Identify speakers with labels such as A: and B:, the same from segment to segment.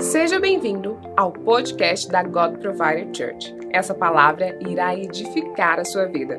A: Seja bem-vindo ao podcast da God Provider Church. Essa palavra irá edificar a sua vida.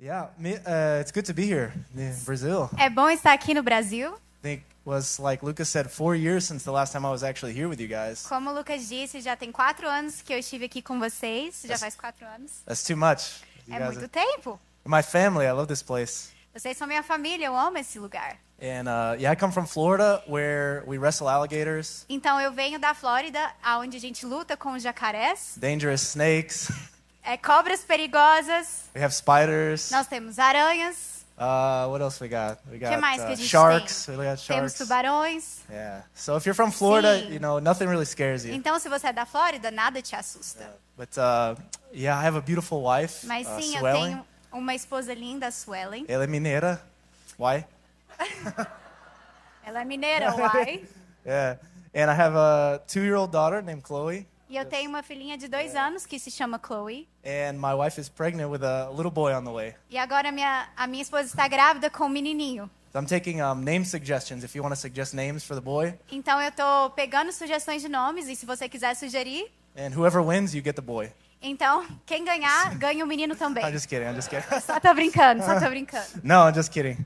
B: Yeah, me, uh, it's good to be here in Brazil.
C: É bom estar aqui no Brasil.
B: I think it was like Lucas said, four years since the last time I was actually here with you guys.
C: Como o Lucas disse, já tem quatro anos que eu estive aqui com vocês. Já faz quatro anos.
B: That's too much. You
C: É
B: guys
C: muito
B: are-
C: tempo.
B: my family, I love this place.
C: Vocês são minha família, eu amo esse lugar.
B: And uh, yeah, I come from Florida where we wrestle alligators,
C: Então eu venho da Flórida, aonde a gente luta com os jacarés,
B: dangerous snakes,
C: é, cobras perigosas,
B: we have spiders.
C: nós temos aranhas,
B: Uh, what else we got? We got
C: mais que
B: uh,
C: a gente tem?
B: sharks. We got
C: temos
B: sharks.
C: tubarões.
B: Yeah. So if you're from Florida,
C: Sim.
B: you know, nothing really scares you.
C: Então se você é da Flórida, nada te assusta.
B: But uh, yeah, I have a beautiful wife,
C: Mas
B: uh,
C: sim, eu
B: Suelen.
C: tenho uma esposa linda, a Suelen.
B: Ela é mineira. Why?
C: Ela é mineira, uai.
B: Yeah. And I have a two year old daughter named Chloe.
C: E eu tenho uma filhinha de
B: É.
C: dois anos que se chama Chloe.
B: And my wife is pregnant with a little boy on the way.
C: E agora minha, a minha esposa está grávida com um menininho.
B: So I'm taking um, name suggestions if you want to suggest names for the boy.
C: Então eu tô pegando sugestões de nomes e se você quiser sugerir,
B: And whoever wins, you get the boy.
C: então quem ganhar, ganha o menino também.
B: I'm just kidding. I'm just kidding.
C: Só tô brincando, só tô brincando.
B: no, I'm just kidding.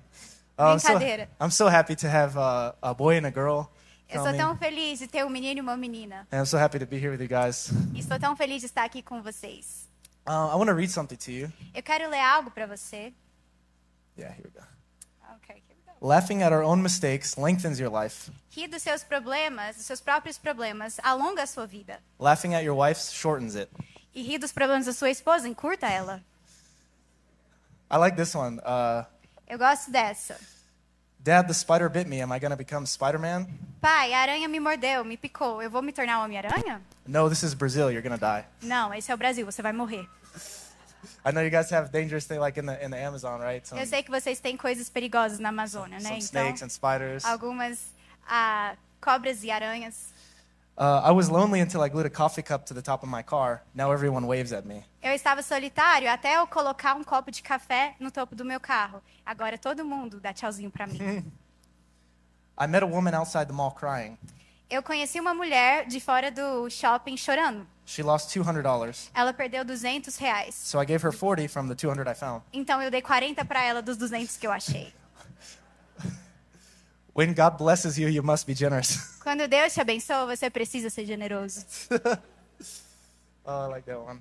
B: Uh, I'm, so,
C: Brincadeira.
B: I'm so happy to have uh, a boy and a girl.
C: Eu sou
B: coming.
C: tão feliz de ter um menino e uma menina.
B: And I'm so happy to be here with you guys.
C: E estou tão feliz de estar aqui com vocês.
B: Uh, I want to read something to you.
C: Eu quero ler algo para você.
B: Yeah, here we go.
C: Ok, here we go.
B: Laughing at our own mistakes lengthens your life.
C: Rir dos seus problemas, dos seus próprios problemas, alonga a sua vida.
B: Laughing at your wife's shortens it.
C: E rir dos problemas da sua esposa, encurta ela.
B: I like this one. Uh,
C: Eu gosto dessa.
B: Dad, the spider bit me. Am I going to become Spider Man?
C: Pai, a aranha me mordeu, me picou. Eu vou me tornar um Homem-Aranha?
B: No, this is Brazil. You're going to die.
C: Não, esse é o Brasil, você vai morrer.
B: I know you guys have dangerous thing like in the, in the Amazon, right? Some,
C: Eu sei que vocês têm coisas perigosas na Amazônia,
B: some
C: né? Então,
B: snakes né? and spiders.
C: algumas ah, cobras e aranhas.
B: Uh, I was lonely until I glued a coffee cup to the top of my car. Now everyone waves at me.
C: Eu estava solitário até eu colocar um copo de café no topo do meu carro. Agora todo mundo dá tchauzinho pra mim.
B: I met a woman outside the mall crying.
C: Eu conheci uma mulher de fora do shopping chorando.
B: She lost $200.
C: Ela perdeu 200 reais.
B: So I gave her 40 from the 200 I found.
C: Então eu dei 40 pra ela dos 200 que eu achei.
B: When God blesses you, you must be generous.
C: Quando Deus te abençoa, você precisa ser generoso.
B: oh, I like that one.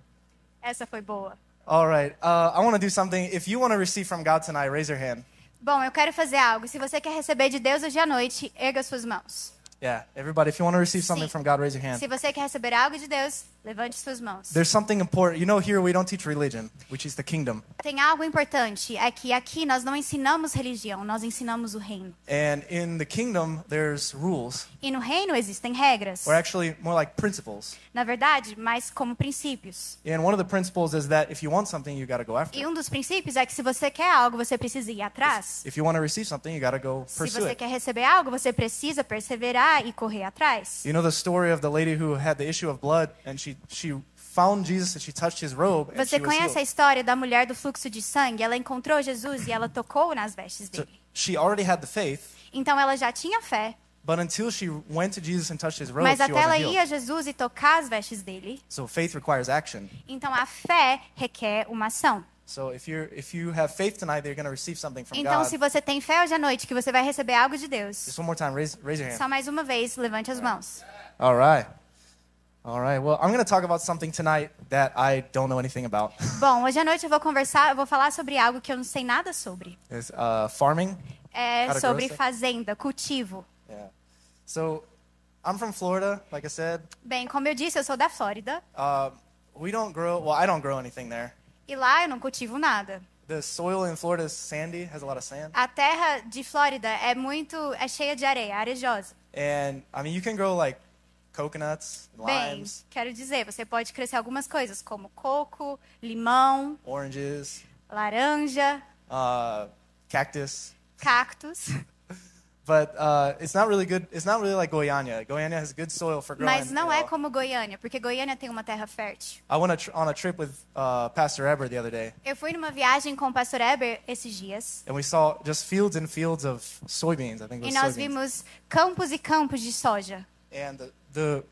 C: Essa foi boa.
B: All right. Uh, I want to do something. If you want to receive from God tonight, raise your hand.
C: Bom, eu quero fazer algo. Se você quer receber de Deus hoje à noite, erga suas mãos.
B: Yeah, everybody, if you want to receive something
C: Sim.
B: from God, raise your hand.
C: Se você quer receber algo de Deus, levante suas mãos.
B: There's something important. You know, here we don't teach religion, which is the kingdom.
C: Tem algo importante, é que aqui nós não ensinamos religião, nós ensinamos o reino.
B: And in the kingdom, there's rules,
C: E no reino existem regras.
B: or actually more like principles.
C: Na verdade, mas como princípios.
B: And one of the principles is that if you want something, you got to go after
C: E
B: it.
C: um dos princípios é que se você quer algo, você precisa ir atrás.
B: If you want to receive something, you got to go
C: Se
B: pursue
C: você
B: it.
C: quer receber algo, você precisa perseverar e correr atrás.
B: You know the story of the lady who had the issue of blood, and she, she found Jesus and she touched his robe. And
C: Você
B: she, was
C: conhece a
B: healed.
C: história da mulher do fluxo de sangue? Ela encontrou Jesus e ela tocou nas vestes
B: So
C: dele.
B: she already had the faith,
C: Então ela já tinha fé,
B: but until she went to Jesus and touched his robe,
C: mas
B: she
C: até ela
B: wasn't
C: ia a
B: healed.
C: Jesus e tocar as vestes dele.
B: So faith requires action.
C: Então a fé requer uma ação.
B: So if you if you have faith tonight that you're going to receive something from
C: Então,
B: God,
C: se você tem fé hoje à noite que você vai receber algo de Deus,
B: just one more time, raise raise your hand.
C: só mais uma vez, levante as mãos.
B: All right, all right. Well, I'm going to talk about something tonight that I don't know anything about.
C: Bom, hoje à noite eu vou conversar, eu vou falar sobre algo que eu não sei nada sobre.
B: It's uh, farming.
C: É
B: Cara
C: sobre
B: grossa.
C: fazenda, cultivo.
B: Yeah. So I'm from Florida, like I said.
C: Bem, como eu disse, eu sou da Flórida
B: Uh, we don't grow. Well, I don't grow anything there.
C: e lá eu não cultivo nada.
B: The soil in Florida is sandy, has a lot of sand,
C: A terra de Flórida é muito, é cheia de areia, arejosa.
B: and I mean you can grow like coconuts,
C: Bem,
B: limes,
C: quero dizer, você pode crescer algumas coisas, como coco, limão,
B: oranges,
C: laranja,
B: uh, cactus.
C: cactos.
B: But uh, it's not really good. It's not really like Goiânia. Goiânia has good soil for growing.
C: Mas não
B: you
C: é
B: know.
C: como Goiânia, porque Goiânia tem uma terra fértil.
B: I went a tr- on a trip with uh, Pastor Eber the other day,
C: Eu fui numa viagem com o pastor Eber esses dias
B: and we saw just fields and fields of soybeans. I think it
C: e
B: was
C: nós
B: soybeans.
C: vimos campos e campos de soja.
B: and the, the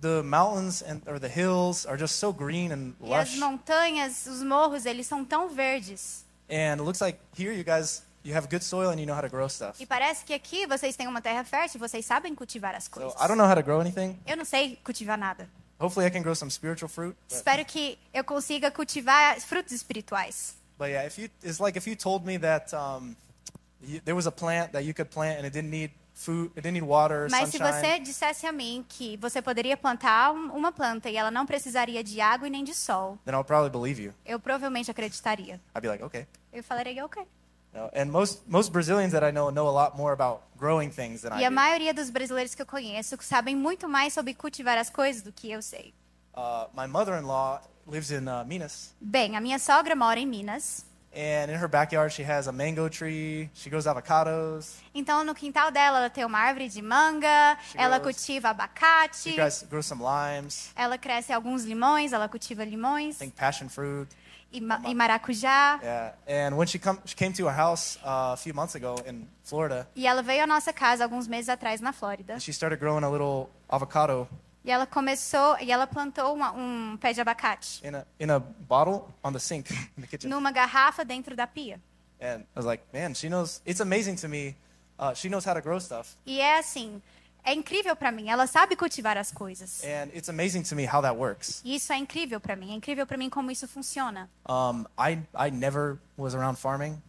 B: the mountains and or the hills are just so green and
C: E as
B: lush.
C: montanhas, os morros, eles são tão verdes.
B: And it looks like here you guys you have good soil and you know how to grow stuff.
C: E parece que aqui vocês têm uma terra fértil, vocês sabem cultivar as
B: So
C: coisas.
B: I don't know how to grow anything.
C: Eu não sei cultivar nada.
B: Hopefully I can grow some spiritual fruit. But,
C: Espero que eu consiga cultivar frutos espirituais.
B: but yeah, if you it's like if you told me that um, you, there was a plant that you could plant and it didn't need food, it didn't need water,
C: Mas se
B: sunshine.
C: você dissesse a mim que você poderia plantar um- uma planta e ela não precisaria de água e nem de sol,
B: Then I'll probably believe you.
C: eu provavelmente acreditaria.
B: I'd be like, okay.
C: Eu falaria, ok.
B: You know, and most most Brazilians that I know know a lot more about growing things than I
C: E a
B: do.
C: maioria dos brasileiros que eu conheço sabem muito mais sobre cultivar as coisas do que eu sei.
B: Uh, my mother-in-law lives in uh, Minas,
C: Bem, a minha sogra mora em Minas,
B: and in her backyard she has a mango tree. She grows avocados.
C: então no quintal dela ela tem uma árvore de manga,
B: She
C: ela
B: grows-
C: cultiva abacate,
B: She grows, grows some limes.
C: ela cresce alguns limões, ela cultiva limões
B: I think passion fruit.
C: e, ma- e maracujá.
B: Yeah. And when she come, she came to our house uh, a few months ago in Florida,
C: E ela veio à nossa casa alguns meses atrás na Flórida.
B: and she started growing a little avocado
C: E ela começou, e ela plantou uma- um pé de abacate
B: in a in a bottle on the sink in the kitchen.
C: numa garrafa dentro da pia.
B: And I was like, man, she knows. It's amazing to me. Uh, she knows how to grow stuff,
C: E é assim, é incrível pra mim, ela sabe cultivar as coisas.
B: and it's amazing to me how that works.
C: E isso é incrível pra mim, é incrível pra mim como isso funciona.
B: Um, I I never was around farming.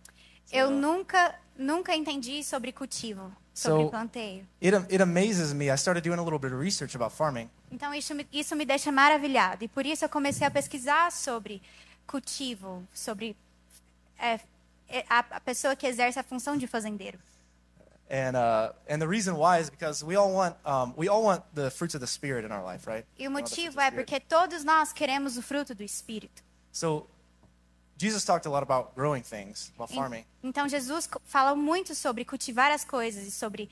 C: Eu nunca, nunca entendi sobre cultivo, sobre
B: So-
C: planteio.
B: It it amazes me. I started doing a little bit of research about farming,
C: Então isso me, isso me deixa maravilhado e por isso eu comecei a pesquisar sobre cultivo, sobre é, é, a, a pessoa que exerce a função de fazendeiro.
B: and uh, and the reason why is because we all want um, we all want the fruits of the spirit in our life, right?
C: E o
B: We want the fruits of
C: motivo
B: the
C: é
B: Spirit.
C: porque todos nós queremos o fruto do espírito.
B: So Jesus talked a lot about growing things while
C: En-
B: farming.
C: Então Jesus co- fala muito sobre cultivar as coisas e sobre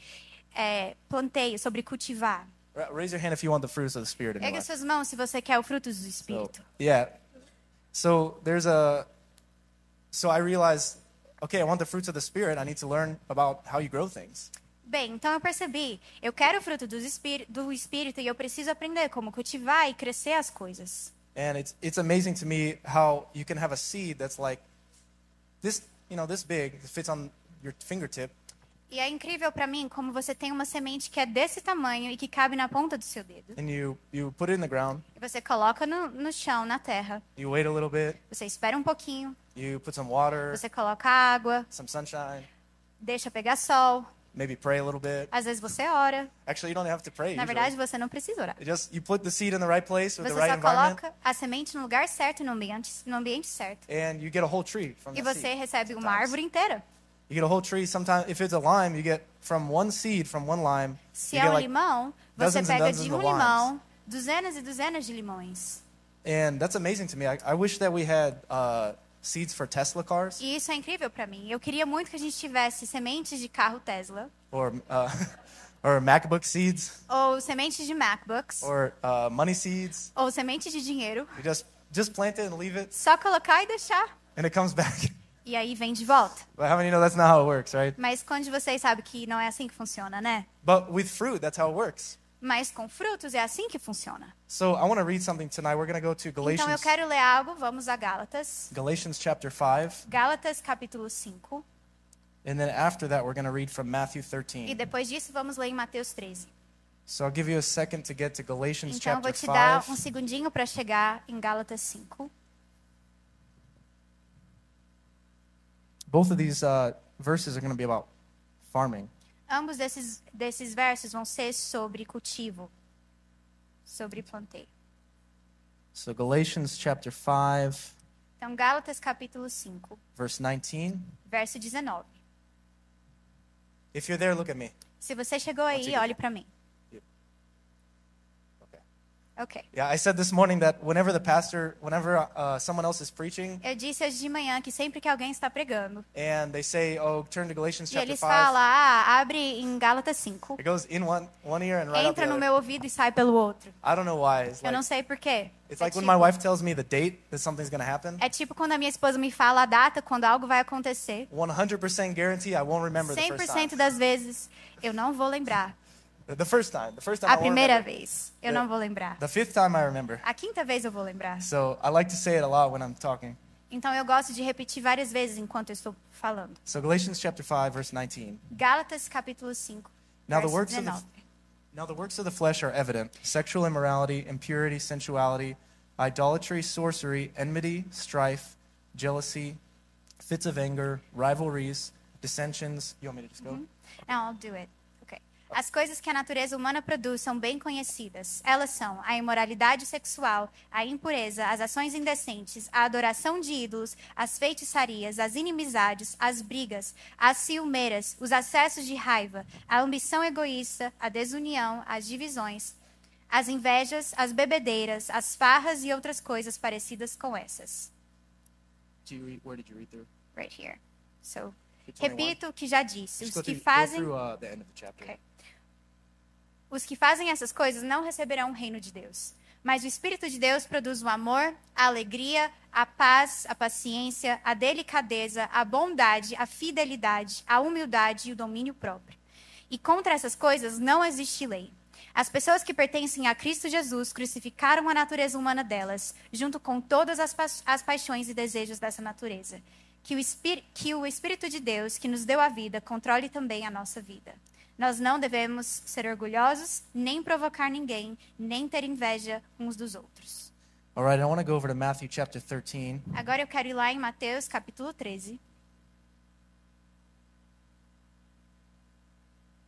C: é, planteio, sobre cultivar.
B: Ra- Raise your hand if you want the fruits of the spirit in your
C: Pega
B: life.
C: suas mãos se você quer o fruto do
B: So,
C: espírito.
B: yeah. So there's a so I realized okay, I want the fruits of the spirit. I need to learn about how you grow things.
C: Bem, então eu percebi, eu quero o fruto dos espíri- do espírito e eu preciso aprender como cultivar e crescer as coisas.
B: And it's it's amazing to me how you can have a seed that's like this, you know, this big, it fits on your fingertip,
C: E é incrível pra mim como você tem uma semente que é desse tamanho e que cabe na ponta do seu dedo.
B: and you you put it in the ground,
C: E você coloca no, no chão, na terra.
B: you wait a little bit,
C: Você espera um pouquinho,
B: you put some water,
C: você coloca água,
B: some sunshine,
C: deixa pegar sol.
B: maybe pray a little bit.
C: Às vezes você ora.
B: Actually, you don't have to pray.
C: Na
B: usually.
C: verdade, você não precisa orar.
B: It just you put the seed in the right place with
C: Você
B: the right
C: só
B: environment,
C: coloca a semente no lugar certo, no ambiente, no ambiente certo.
B: and you get a whole tree from the
C: E você
B: seed.
C: recebe uma
B: sometimes.
C: árvore inteira.
B: You get a whole tree. Sometimes, if it's a lime, you get from one seed from one lime.
C: Se
B: you
C: é
B: get
C: um
B: like,
C: limão, você
B: dozens and
C: pega
B: dozens of
C: de um
B: limes.
C: limão, duzenas e duzenas de limões.
B: and that's amazing to me. I, I wish that we had uh, seeds for Tesla cars
C: E isso é incrível pra mim. Eu queria muito que a gente tivesse sementes de carro Tesla,
B: or uh, or MacBook seeds
C: ou sementes de MacBooks,
B: or uh, money seeds.
C: ou sementes de dinheiro.
B: You just just plant it and leave it,
C: Só colocar e deixar.
B: and it comes back.
C: E aí vem de volta.
B: but how many know that's not how it works, right?
C: Mas quando vocês sabem que não é assim que funciona, né?
B: But with fruit, that's how it works.
C: Mas com frutos é assim que funciona.
B: So I want to read something tonight. We're going to go to
C: Então eu
B: Galatians
C: quero ler algo, vamos a Gálatas.
B: Galatians chapter 5,
C: Gálatas capítulo 5.
B: and then after that, we're going to read from Matthew
C: E
B: 13.
C: depois disso vamos ler em Mateus 13.
B: So I'll give you a second to get to Galatians
C: Então eu vou
B: chapter
C: te dar
B: 5.
C: um segundinho para chegar em Gálatas 5.
B: Both of these uh, verses are going to be about farming.
C: Ambos desses, desses versos vão ser sobre cultivo, sobre planteio.
B: So Galatians chapter 5,
C: Então, Gálatas capítulo 5,
B: verse 19.
C: verso 19.
B: If you're there, look at me.
C: Se você chegou
B: Pode
C: aí,
B: ir.
C: olhe para mim.
B: Okay.
C: Ok.
B: Yeah, I said this morning that whenever the pastor, whenever uh, someone else is preaching
C: Eu disse hoje de manhã que sempre que alguém está pregando,
B: and they say, "Oh, turn to Galatians
C: e
B: chapter
C: eles
B: 5,"
C: falam, ah, abre em Gálatas 5,
B: it goes in one one ear and right out
C: entra
B: the
C: no
B: other.
C: meu ouvido e sai pelo outro.
B: I don't know why. It's
C: Eu não
B: like,
C: sei porquê.
B: it's
C: É
B: like when my
C: tipo,
B: wife tells me the date that something's going to happen.
C: é tipo quando a minha esposa me fala a data, quando algo vai acontecer.
B: 100% guarantee I won't remember the first time.
C: 100% das vezes eu não vou lembrar.
B: The the first time. The first time. I
C: A
B: won't
C: primeira
B: Tá remember. É.
C: vez, eu não vou lembrar.
B: The fifth time I remember.
C: A quinta vez eu vou lembrar.
B: So I like to say it a lot when I'm talking.
C: Então eu gosto de repetir várias vezes enquanto eu estou falando.
B: So Galatians chapter 5 verse 19.
C: Gálatas capítulo 5.
B: Now the
C: verso
B: works of the
C: 19.
B: Now the works of the flesh are evident: sexual immorality, impurity, sensuality, idolatry, sorcery, enmity, strife, jealousy, fits of anger, rivalries, dissensions. You want me to just go?
C: Não, I'll do it. Okay. As coisas que a natureza humana produz são bem conhecidas. Elas são a imoralidade sexual, a impureza, as ações indecentes, a adoração de ídolos, as feitiçarias, as inimizades, as brigas, as ciumeiras, os acessos de raiva, a ambição egoísta, a desunião, as divisões, as invejas, as bebedeiras, as farras e outras coisas parecidas com essas.
B: Do you read, where did you read through?
C: Right here. So,
B: It's only one.
C: repito o que já disse.
B: Just
C: Os
B: go
C: que
B: through,
C: fazem
B: go through uh, the end of the chapter.
C: Okay. Os que fazem essas coisas não receberão o reino de Deus. Mas o Espírito de Deus produz o amor, a alegria, a paz, a paciência, a delicadeza, a bondade, a fidelidade, a humildade e o domínio próprio. E contra essas coisas não existe lei. As pessoas que pertencem a Cristo Jesus crucificaram a natureza humana delas, junto com todas as, pa- as paixões e desejos dessa natureza. Que o, Espí- que o Espírito de Deus, que nos deu a vida, controle também a nossa vida. Nós não devemos ser orgulhosos, nem provocar ninguém, nem ter inveja uns dos outros.
B: All right, I want to go over to Matthew chapter 13,
C: Agora eu quero ir lá em Mateus capítulo 13.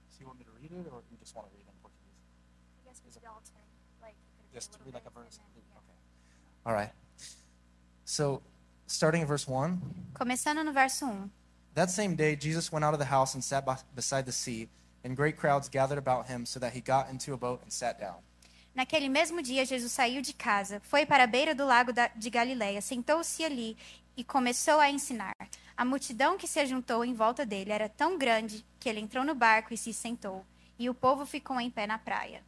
B: So you want me to read it, or you just want to read it in Portuguese? Just to read like a verse. Okay. All right. So, starting in verse one.
C: Começando no verso 1.
B: That same day, Jesus went out of the house and sat by, beside the sea, and great crowds gathered about him, so that he got into a boat and sat down.
C: Naquele mesmo dia, Jesus saiu de casa, foi para a beira do lago da- de Galileia, sentou-se ali e começou a ensinar. A multidão que se juntou em volta dele era tão grande que ele entrou no barco e se sentou, e o povo ficou em pé na praia.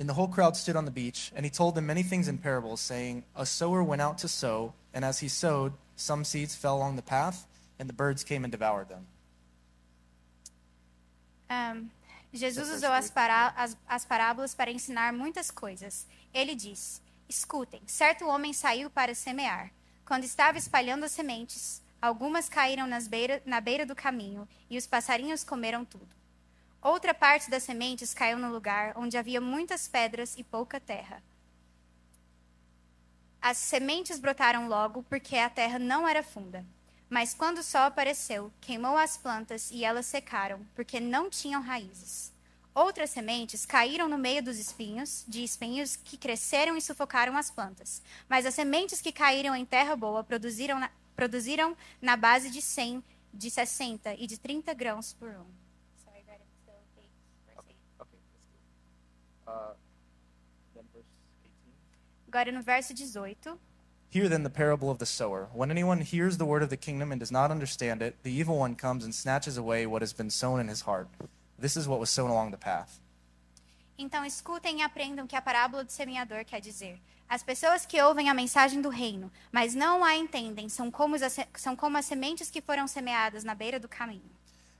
B: And the whole crowd stood on the beach, and he told them many things in parables, saying, A sower went out to sow, and as he sowed, some seeds fell along the path, and the birds came and devoured them.
C: Ahn, Jesus
B: Depois
C: usou
B: de-
C: as, pará- as- as parábolas para ensinar muitas coisas. Ele disse: Escutem, certo homem saiu para semear. Quando estava espalhando as sementes, algumas caíram nas beira- na beira do caminho e os passarinhos comeram tudo. Outra parte das sementes caiu no lugar onde havia muitas pedras e pouca terra. As sementes brotaram logo porque a terra não era funda. Mas quando o sol apareceu, queimou as plantas e elas secaram, porque não tinham raízes. Outras sementes caíram no meio dos espinhos, de espinhos que cresceram e sufocaram as plantas. Mas as sementes que caíram em terra boa produziram na, produziram na base de 100, de 60 e de 30 grãos por um. Sorry, that is still eight, verse eight.
B: Okay, let's go. Uh, then verse 18.
C: Agora no verso 18.
B: Hear then the parable of the sower. When anyone hears the word of the kingdom and does not understand it, the evil one comes and snatches away what has been sown in his heart. This is what was sown along the path.
C: Então escutem e aprendam que a parábola do semeador quer dizer. As pessoas que ouvem a mensagem do reino, mas não a entendem, são como, os ace- são como as sementes que foram semeadas na beira do caminho.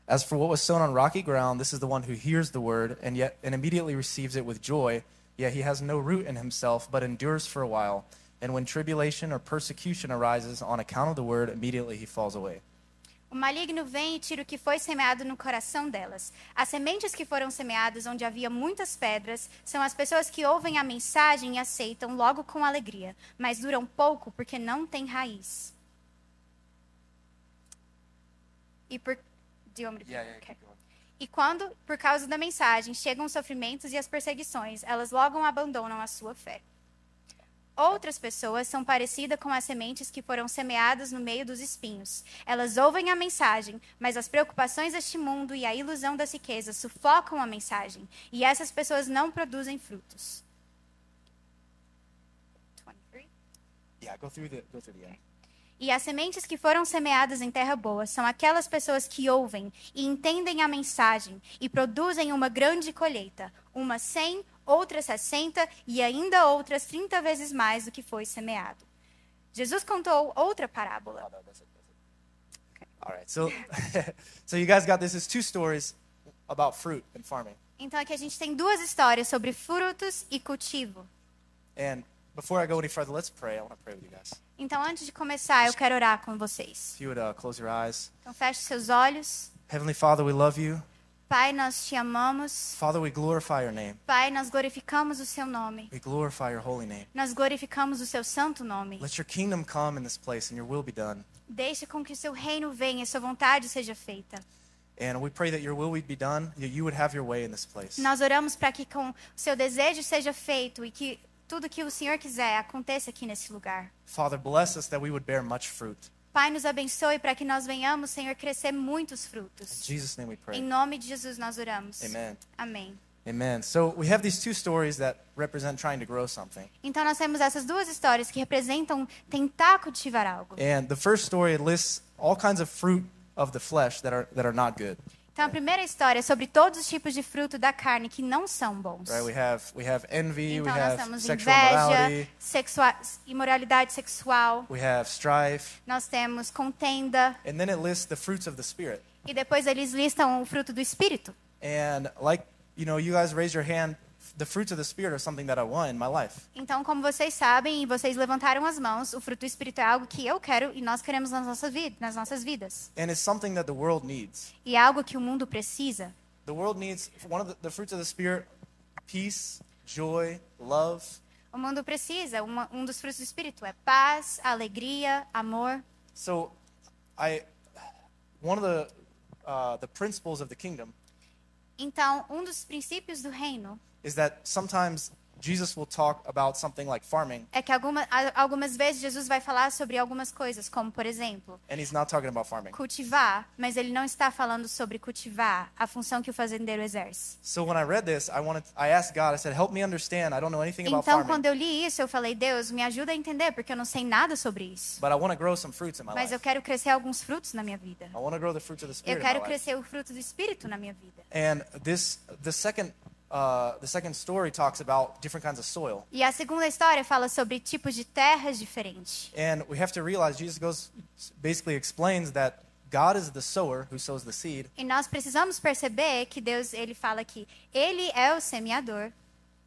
B: As for what was sown on rocky ground, this is the one who hears the word and yet and immediately receives it with joy, yet he has no root in himself, but endures for a while. And when tribulation or persecution arises on account of the word, immediately he falls away.
C: O maligno vem e tira o que foi semeado no coração delas. As sementes que foram semeadas onde havia muitas pedras são as pessoas que ouvem a mensagem e aceitam logo com alegria, mas duram pouco porque não têm raiz. E por. Do you want me to- Okay. E quando, por causa da mensagem, chegam os sofrimentos e as perseguições, elas logo abandonam a sua fé. Outras pessoas são parecidas com as sementes que foram semeadas no meio dos espinhos. Elas ouvem a mensagem, mas as preocupações deste mundo e a ilusão das riquezas sufocam a mensagem, e essas pessoas não produzem frutos. 23.
B: Yeah, go through the go through the end.
C: E as sementes que foram semeadas em terra boa são aquelas pessoas que ouvem e entendem a mensagem e produzem uma grande colheita, uma 100, outras 60 e ainda outras 30 vezes mais do que foi semeado. Jesus contou outra parábola.
B: no, Oh, that's it, that's it. All right. So so you guys got this is two stories about fruit and farming.
C: Então aqui a gente tem duas histórias sobre frutos e cultivo.
B: And before I go any further, let's pray. I want to pray with you guys.
C: Então antes de começar, eu quero orar com vocês.
B: If you would uh, close your eyes.
C: Então feche seus olhos.
B: Heavenly Father, we love you.
C: Pai, nós te amamos.
B: Father, we glorify your name.
C: Pai, nós glorificamos o seu nome.
B: We glorify your holy name.
C: Nós glorificamos o seu santo nome.
B: Let your kingdom come in this place and your will be done.
C: Deixa com que o seu reino venha e sua vontade seja feita.
B: And we pray that your will would be done, that you would have your way in this place.
C: Nós oramos para que com o seu desejo seja feito e que tudo que o Senhor quiser aconteça aqui nesse lugar.
B: Father, bless us that we would bear much fruit.
C: Pai, nos abençoe para que nós venhamos, Senhor, crescer muitos
B: In
C: frutos.
B: Jesus' name we
C: Em
B: pray.
C: nome de Jesus nós oramos.
B: Amen.
C: Amém.
B: Amen. So we have these two stories that represent trying to grow something.
C: Então nós temos essas duas histórias que representam tentar cultivar algo.
B: And the first story lists all kinds of fruit of the flesh that are that are not good.
C: Então a primeira história é sobre todos os tipos de fruto da carne que não são bons.
B: Right? We have we have envy, we
C: Então nós
B: have
C: temos
B: sexual
C: inveja,
B: morality,
C: sexua- imoralidade sexual,
B: we have strife,
C: nós temos contenda
B: and then it lists the fruits of the spirit.
C: e depois eles listam o fruto do espírito.
B: And like you know, you guys raise your hand. The fruits of the spirit are something that I want in my life.
C: Então, como vocês sabem e vocês levantaram as mãos, o fruto do espírito é algo que eu quero e nós queremos nas nossas, vid- nas nossas vidas.
B: and it's something that the world needs.
C: E é algo que o mundo precisa.
B: The world needs one of the, the fruits of the spirit: peace, joy, love,
C: O mundo precisa. Uma, um dos frutos do espírito é paz, alegria, amor.
B: So, I one of the uh, the principles of the kingdom
C: Então, um dos princípios do reino
B: is that sometimes Jesus will talk about something like farming,
C: é que alguma, a- algumas vezes Jesus vai falar sobre algumas coisas, como, por exemplo,
B: and he's not talking about farming.
C: cultivar, mas ele não está falando sobre cultivar, a função que o fazendeiro exerce.
B: So when I read this, I wanted I asked God. I said, "Help me understand. I don't know anything about
C: Então,
B: farming,
C: quando eu li isso, eu falei, Deus, me ajuda a entender, porque eu não sei nada sobre isso.
B: but I want to grow some fruits in my
C: Mas eu
B: life.
C: quero crescer alguns frutos na minha vida.
B: I want to grow the fruits of the
C: Eu
B: spirit in my
C: quero
B: life."
C: crescer o fruto do Espírito na minha vida.
B: And this the second uh, the second story talks about different kinds of soil,
C: E a segunda história fala sobre tipos de terras diferentes.
B: and we have to realize Jesus goes basically explains that God is the sower who sows the seed,
C: E nós precisamos perceber que Deus, ele fala que ele é o semeador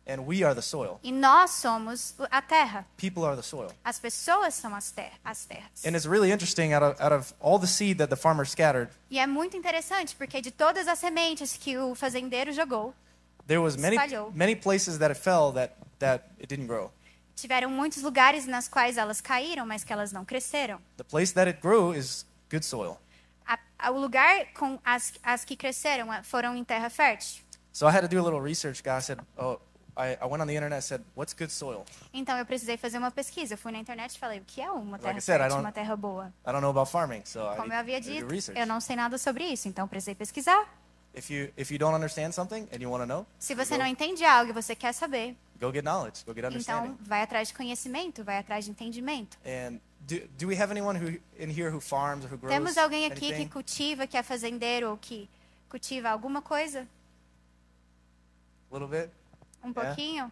B: and we are the soil.
C: e nós somos o- a terra.
B: People are the soil.
C: As pessoas são as, ter as terras.
B: And it's really interesting out of, out of all the seed that the farmer scattered,
C: E é muito interessante, porque de todas as sementes que o fazendeiro jogou,
B: there was many
C: Espalhou.
B: many places that it fell that that it didn't grow.
C: tiveram muitos lugares nas quais elas caíram, mas que elas não cresceram.
B: The place that it grew is good soil.
C: A- a- o lugar com as, as que cresceram eh, foram em terra fértil.
B: So I had to do a little research, guy. I said, "Oh, I, I went on the internet, said, "What's good soil?"
C: Então eu precisei fazer uma pesquisa. Eu fui na internet e falei, o que é uma terra
B: I said, I
C: fértil,
B: don't-
C: uma terra boa?
B: I don't know about farming, so I
C: Como eu
B: I
C: havia
B: do
C: dito,
B: research.
C: eu não sei nada sobre isso, então precisei pesquisar.
B: If you if you don't understand something and you want to know,
C: Se
B: you
C: você
B: go,
C: não entende algo e você quer saber,
B: go get knowledge, go get understanding.
C: então vai atrás de conhecimento, vai atrás de entendimento.
B: and do, do we have anyone who in here who farms or who grows?
C: Temos alguém aqui que
B: anything?
C: cultiva, que é fazendeiro ou que cultiva alguma coisa?
B: a little bit.
C: Um
B: Yeah.
C: pouquinho?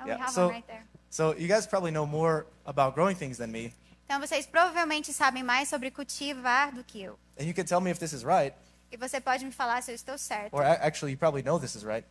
C: Oh, we
B: Yeah,
C: have
B: so-
C: one right there.
B: So you guys probably know more about growing things than me,
C: Então vocês provavelmente sabem mais sobre cultivar do que eu.
B: and you can tell me if this is right,
C: E você pode me falar se eu estou certo.
B: or a- actually, you probably know this is right.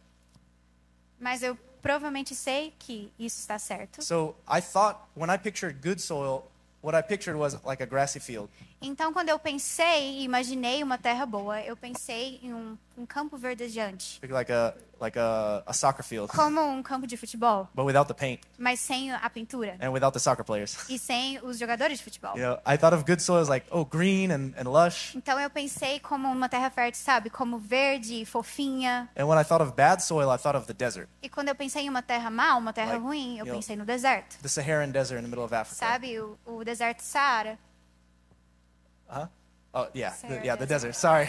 C: Mas eu provavelmente sei que isso está certo.
B: So I thought when I pictured good soil, what I pictured was like a grassy field,
C: Então, quando eu pensei e imaginei uma terra boa, eu pensei em um, um campo verdejante,
B: like a like a, a soccer field,
C: como um campo de futebol,
B: but without the paint
C: mas sem a pintura
B: and without the soccer players.
C: e sem os jogadores de futebol.
B: You know, I thought of good soil as like oh green and, and lush,
C: Então, eu pensei como uma terra fértil, sabe? Como verde, fofinha.
B: and when I thought of bad soil, I thought of the desert,
C: E quando eu pensei em uma terra má, uma terra
B: Like,
C: ruim,
B: you
C: eu
B: know,
C: pensei no deserto.
B: the Saharan desert in the middle of Africa.
C: Sabe? O, o deserto Saara.
B: Huh? Oh yeah, the,
C: Sahara
B: yeah, the desert.
C: Desert.
B: Sorry.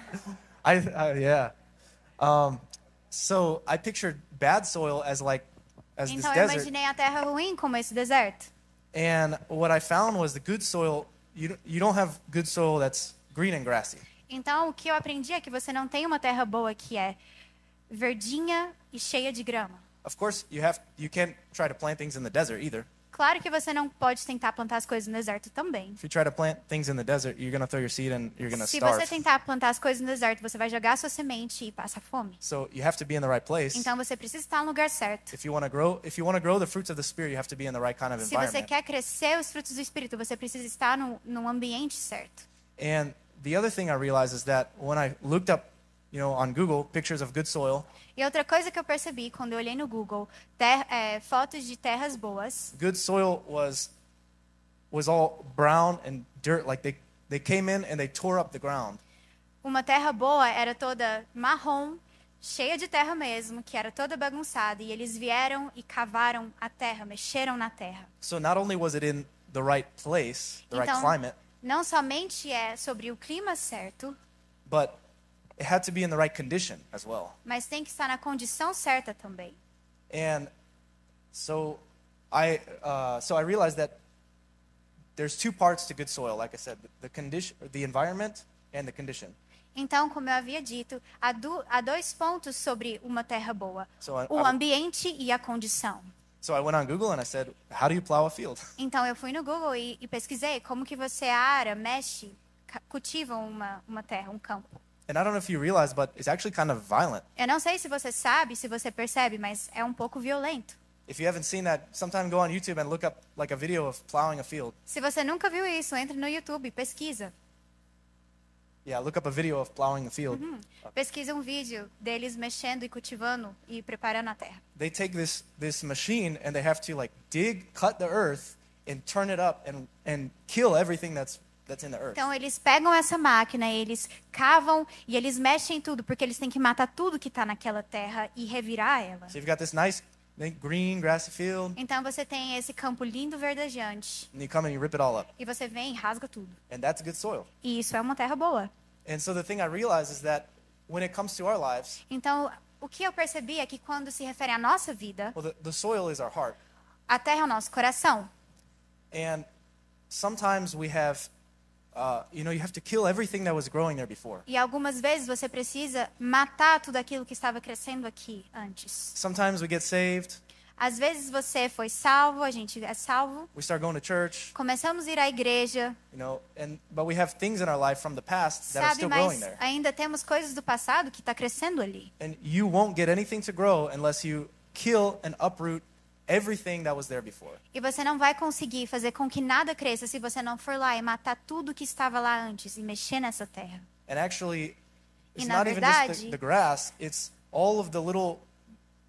B: I uh, yeah. Um, so I pictured bad soil as like as this
C: Então, eu
B: desert,
C: imaginei a terra ruim como esse deserto.
B: and what I found was the good soil. You don't- you don't have good soil that's green and grassy.
C: Então, o que eu aprendi é que você não tem uma terra boa que é verdinha e cheia de grama.
B: Of course, you have you can't try to plant things in the desert either.
C: Claro que você não pode tentar plantar as coisas no deserto também.
B: If you try to plant things in the desert, you're going to throw your seed and you're going to
C: Se você
B: starve.
C: tentar plantar as coisas no deserto, você vai jogar a sua semente e passa fome.
B: So you have to be in the right place.
C: Então você precisa estar no lugar certo.
B: If you want to grow, if you want to grow the fruits of the spirit, you have to be in the right kind of
C: Se você
B: environment.
C: quer crescer os frutos do Espírito, você precisa estar num, num ambiente certo.
B: And the other thing I realized is that when I looked up, you know, on Google pictures of good soil,
C: E outra coisa que eu percebi quando eu olhei no Google, ter- é, fotos de terras boas,
B: good soil was was all brown and dirt like they they came in and they tore up the ground.
C: uma terra boa era toda marrom, cheia de terra mesmo, que era toda bagunçada, e eles vieram e cavaram a terra, mexeram na terra.
B: So not only was it in the right place, the right
C: Então,
B: climate,
C: não somente é sobre o clima certo,
B: but it had to be in the right condition as well.
C: mas tem que estar na condição certa também.
B: And so I uh, so I realized that there's two parts to good soil. Like I said, the, the condition, the environment, and the condition.
C: Então, como eu havia dito, há, du- há dois pontos sobre uma terra boa:
B: So I-
C: o
B: I-
C: ambiente e a condição.
B: So I went on Google and I said, "How do you plow a field?"
C: Então, eu fui no Google e, e pesquisei como que você ara, mexe, ca- cultiva uma, uma terra, um campo.
B: And I don't know if you realize, but it's actually kind of violent.
C: Eu não sei se você sabe, se você percebe, mas é um pouco violento.
B: If you haven't seen that, sometime go on YouTube and look up like a video of plowing a field.
C: Se você nunca viu isso, entre no YouTube, pesquisa.
B: Yeah, look up a video of plowing a field.
C: Pesquisa um vídeo deles mexendo e cultivando e preparando a terra.
B: They take this this machine and they have to like dig, cut the earth, and turn it up and and kill everything that's that's in the earth.
C: Então eles pegam essa máquina, eles cavam e eles mexem tudo, porque eles têm que matar tudo que está naquela terra e revirar ela.
B: So you've got this nice like, green grassy field,
C: Então você tem esse campo lindo verdejante
B: and you come and you rip it all up,
C: e você vem e rasga tudo.
B: and that's good soil.
C: E isso é uma terra boa.
B: And so the thing I realize is that when it comes to our lives,
C: Então o que eu percebi é que quando se refere à nossa vida,
B: well, the, the soil is our heart,
C: a terra é o nosso coração.
B: and sometimes we have, uh, you know, you have to kill everything that was growing there before.
C: E algumas vezes você precisa matar tudo aquilo que estava crescendo aqui antes.
B: Sometimes we get saved,
C: Às vezes você foi salvo, a gente é salvo,
B: we start going to church,
C: começamos a ir à igreja,
B: you know, and but we have things in our life from the past that are
C: Sabe,
B: still
C: mas
B: growing there,
C: ainda temos coisas do passado que está crescendo ali.
B: and you won't get anything to grow unless you kill and uproot everything that was there before.
C: E você não vai conseguir fazer com que nada cresça se você não for lá e matar tudo que estava lá antes e mexer nessa terra.
B: And actually, it's
C: na
B: not even just the,
C: verdade-
B: the grass, it's all of the little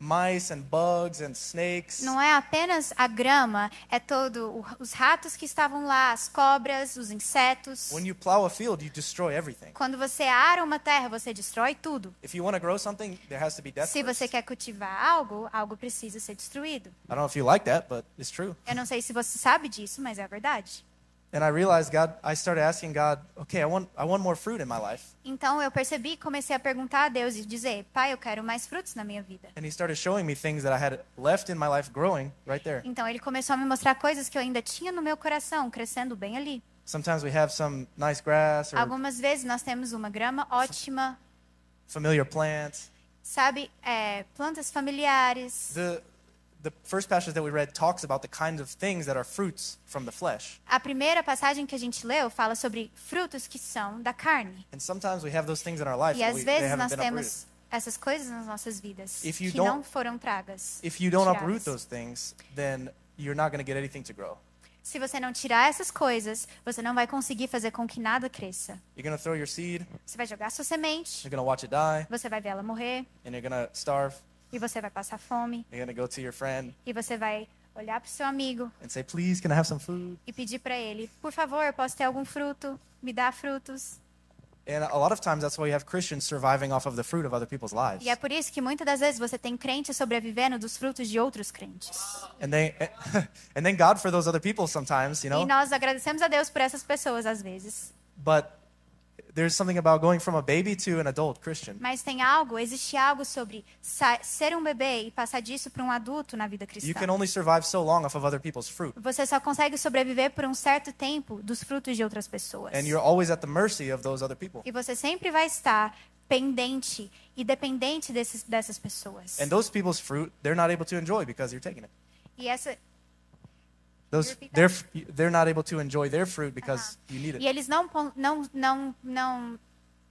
B: mice and bugs and snakes.
C: Não é apenas a grama, é todo o- os ratos que estavam lá, as cobras, os insetos.
B: When you plow a field, you destroy everything.
C: Quando você ara uma terra, você destrói tudo.
B: If you want to grow something, there has to be death.
C: Se
B: first.
C: você quer cultivar algo, algo precisa ser destruído.
B: I don't know if you like that, but it's true.
C: Eu não sei se você sabe disso, mas é a verdade.
B: And I realized God, I started asking God, okay, I want, I want more fruit in my life.
C: Então eu percebi e comecei a perguntar a Deus e dizer: Pai, eu quero mais frutos na minha vida.
B: And He started showing me things that I had left in my life growing right there.
C: Então ele começou a me mostrar coisas que eu ainda tinha no meu coração, crescendo bem ali.
B: Sometimes we have some nice grass or
C: Algumas vezes nós temos uma grama ótima,
B: familiar plants.
C: sabe, é, plantas familiares.
B: The, the first passage that we read talks about the kinds of things that are fruits from the flesh.
C: A primeira passagem que a gente leu fala sobre frutos que são da carne.
B: And sometimes we have those things in our life
C: E
B: that
C: às
B: we, they
C: vezes
B: haven't
C: nós
B: been uprooted.
C: temos essas coisas nas nossas vidas
B: If you
C: que
B: don't-
C: não foram tragas.
B: If you don't
C: tiradas.
B: uproot those things, then you're not going to get anything to grow.
C: Se você não tirar essas coisas, você não vai conseguir fazer com que nada cresça.
B: You're going to throw your seed,
C: Você vai jogar sua semente,
B: you're going to watch it die,
C: você vai ver ela morrer,
B: and you're going to starve.
C: e você vai passar fome,
B: You're going to go to your friend
C: e você vai olhar para o seu amigo
B: and say, "Please, can I have some food?"
C: e pedir para ele, por favor, eu posso ter algum fruto? Me dá frutos.
B: And a lot of times that's why you have Christians surviving off of the fruit of other people's lives.
C: E é por isso que muitas das vezes você tem crentes sobrevivendo dos frutos de outros crentes.
B: And they and then God for those other people sometimes, you
C: E
B: know.
C: nós agradecemos a Deus por essas pessoas às vezes.
B: But there's something about going from a baby to an adult Christian.
C: Mas tem algo, existe algo sobre sa- ser um bebê e passar disso para um adulto na vida
B: You can
C: cristã.
B: only survive so long off of other people's fruit.
C: Você só consegue sobreviver por um certo tempo dos frutos de outras pessoas.
B: And you're always at the mercy of those other people.
C: E você sempre vai estar pendente e dependente desses, dessas pessoas.
B: And those people's fruit, they're not able to enjoy because you're Uh-huh. taking it.
C: E essa
B: Those
C: Repeat
B: they're they're not able to enjoy their fruit because you need it.
C: E eles não, pon- não, não, não